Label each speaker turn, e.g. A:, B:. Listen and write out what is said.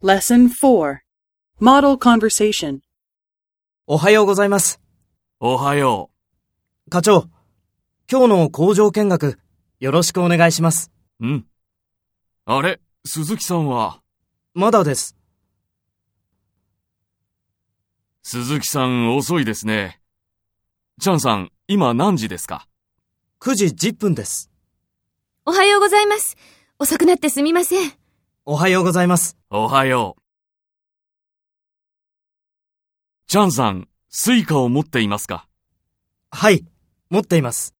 A: Lesson 4 Model Conversation
B: おはようございます。
C: おはよ
B: 課長、今日の工場見学、よろしくお願いします。
C: う。うん。あれ、鈴木さんは、
B: まだです。
C: 鈴木さん遅いですね。チャンさん、今何時ですか
B: 9時10分です。
D: おはようございます。遅くなってすみません。
B: おはようございます。
C: おはよう。チャンさん、スイカを持っていますか
B: はい、持っています。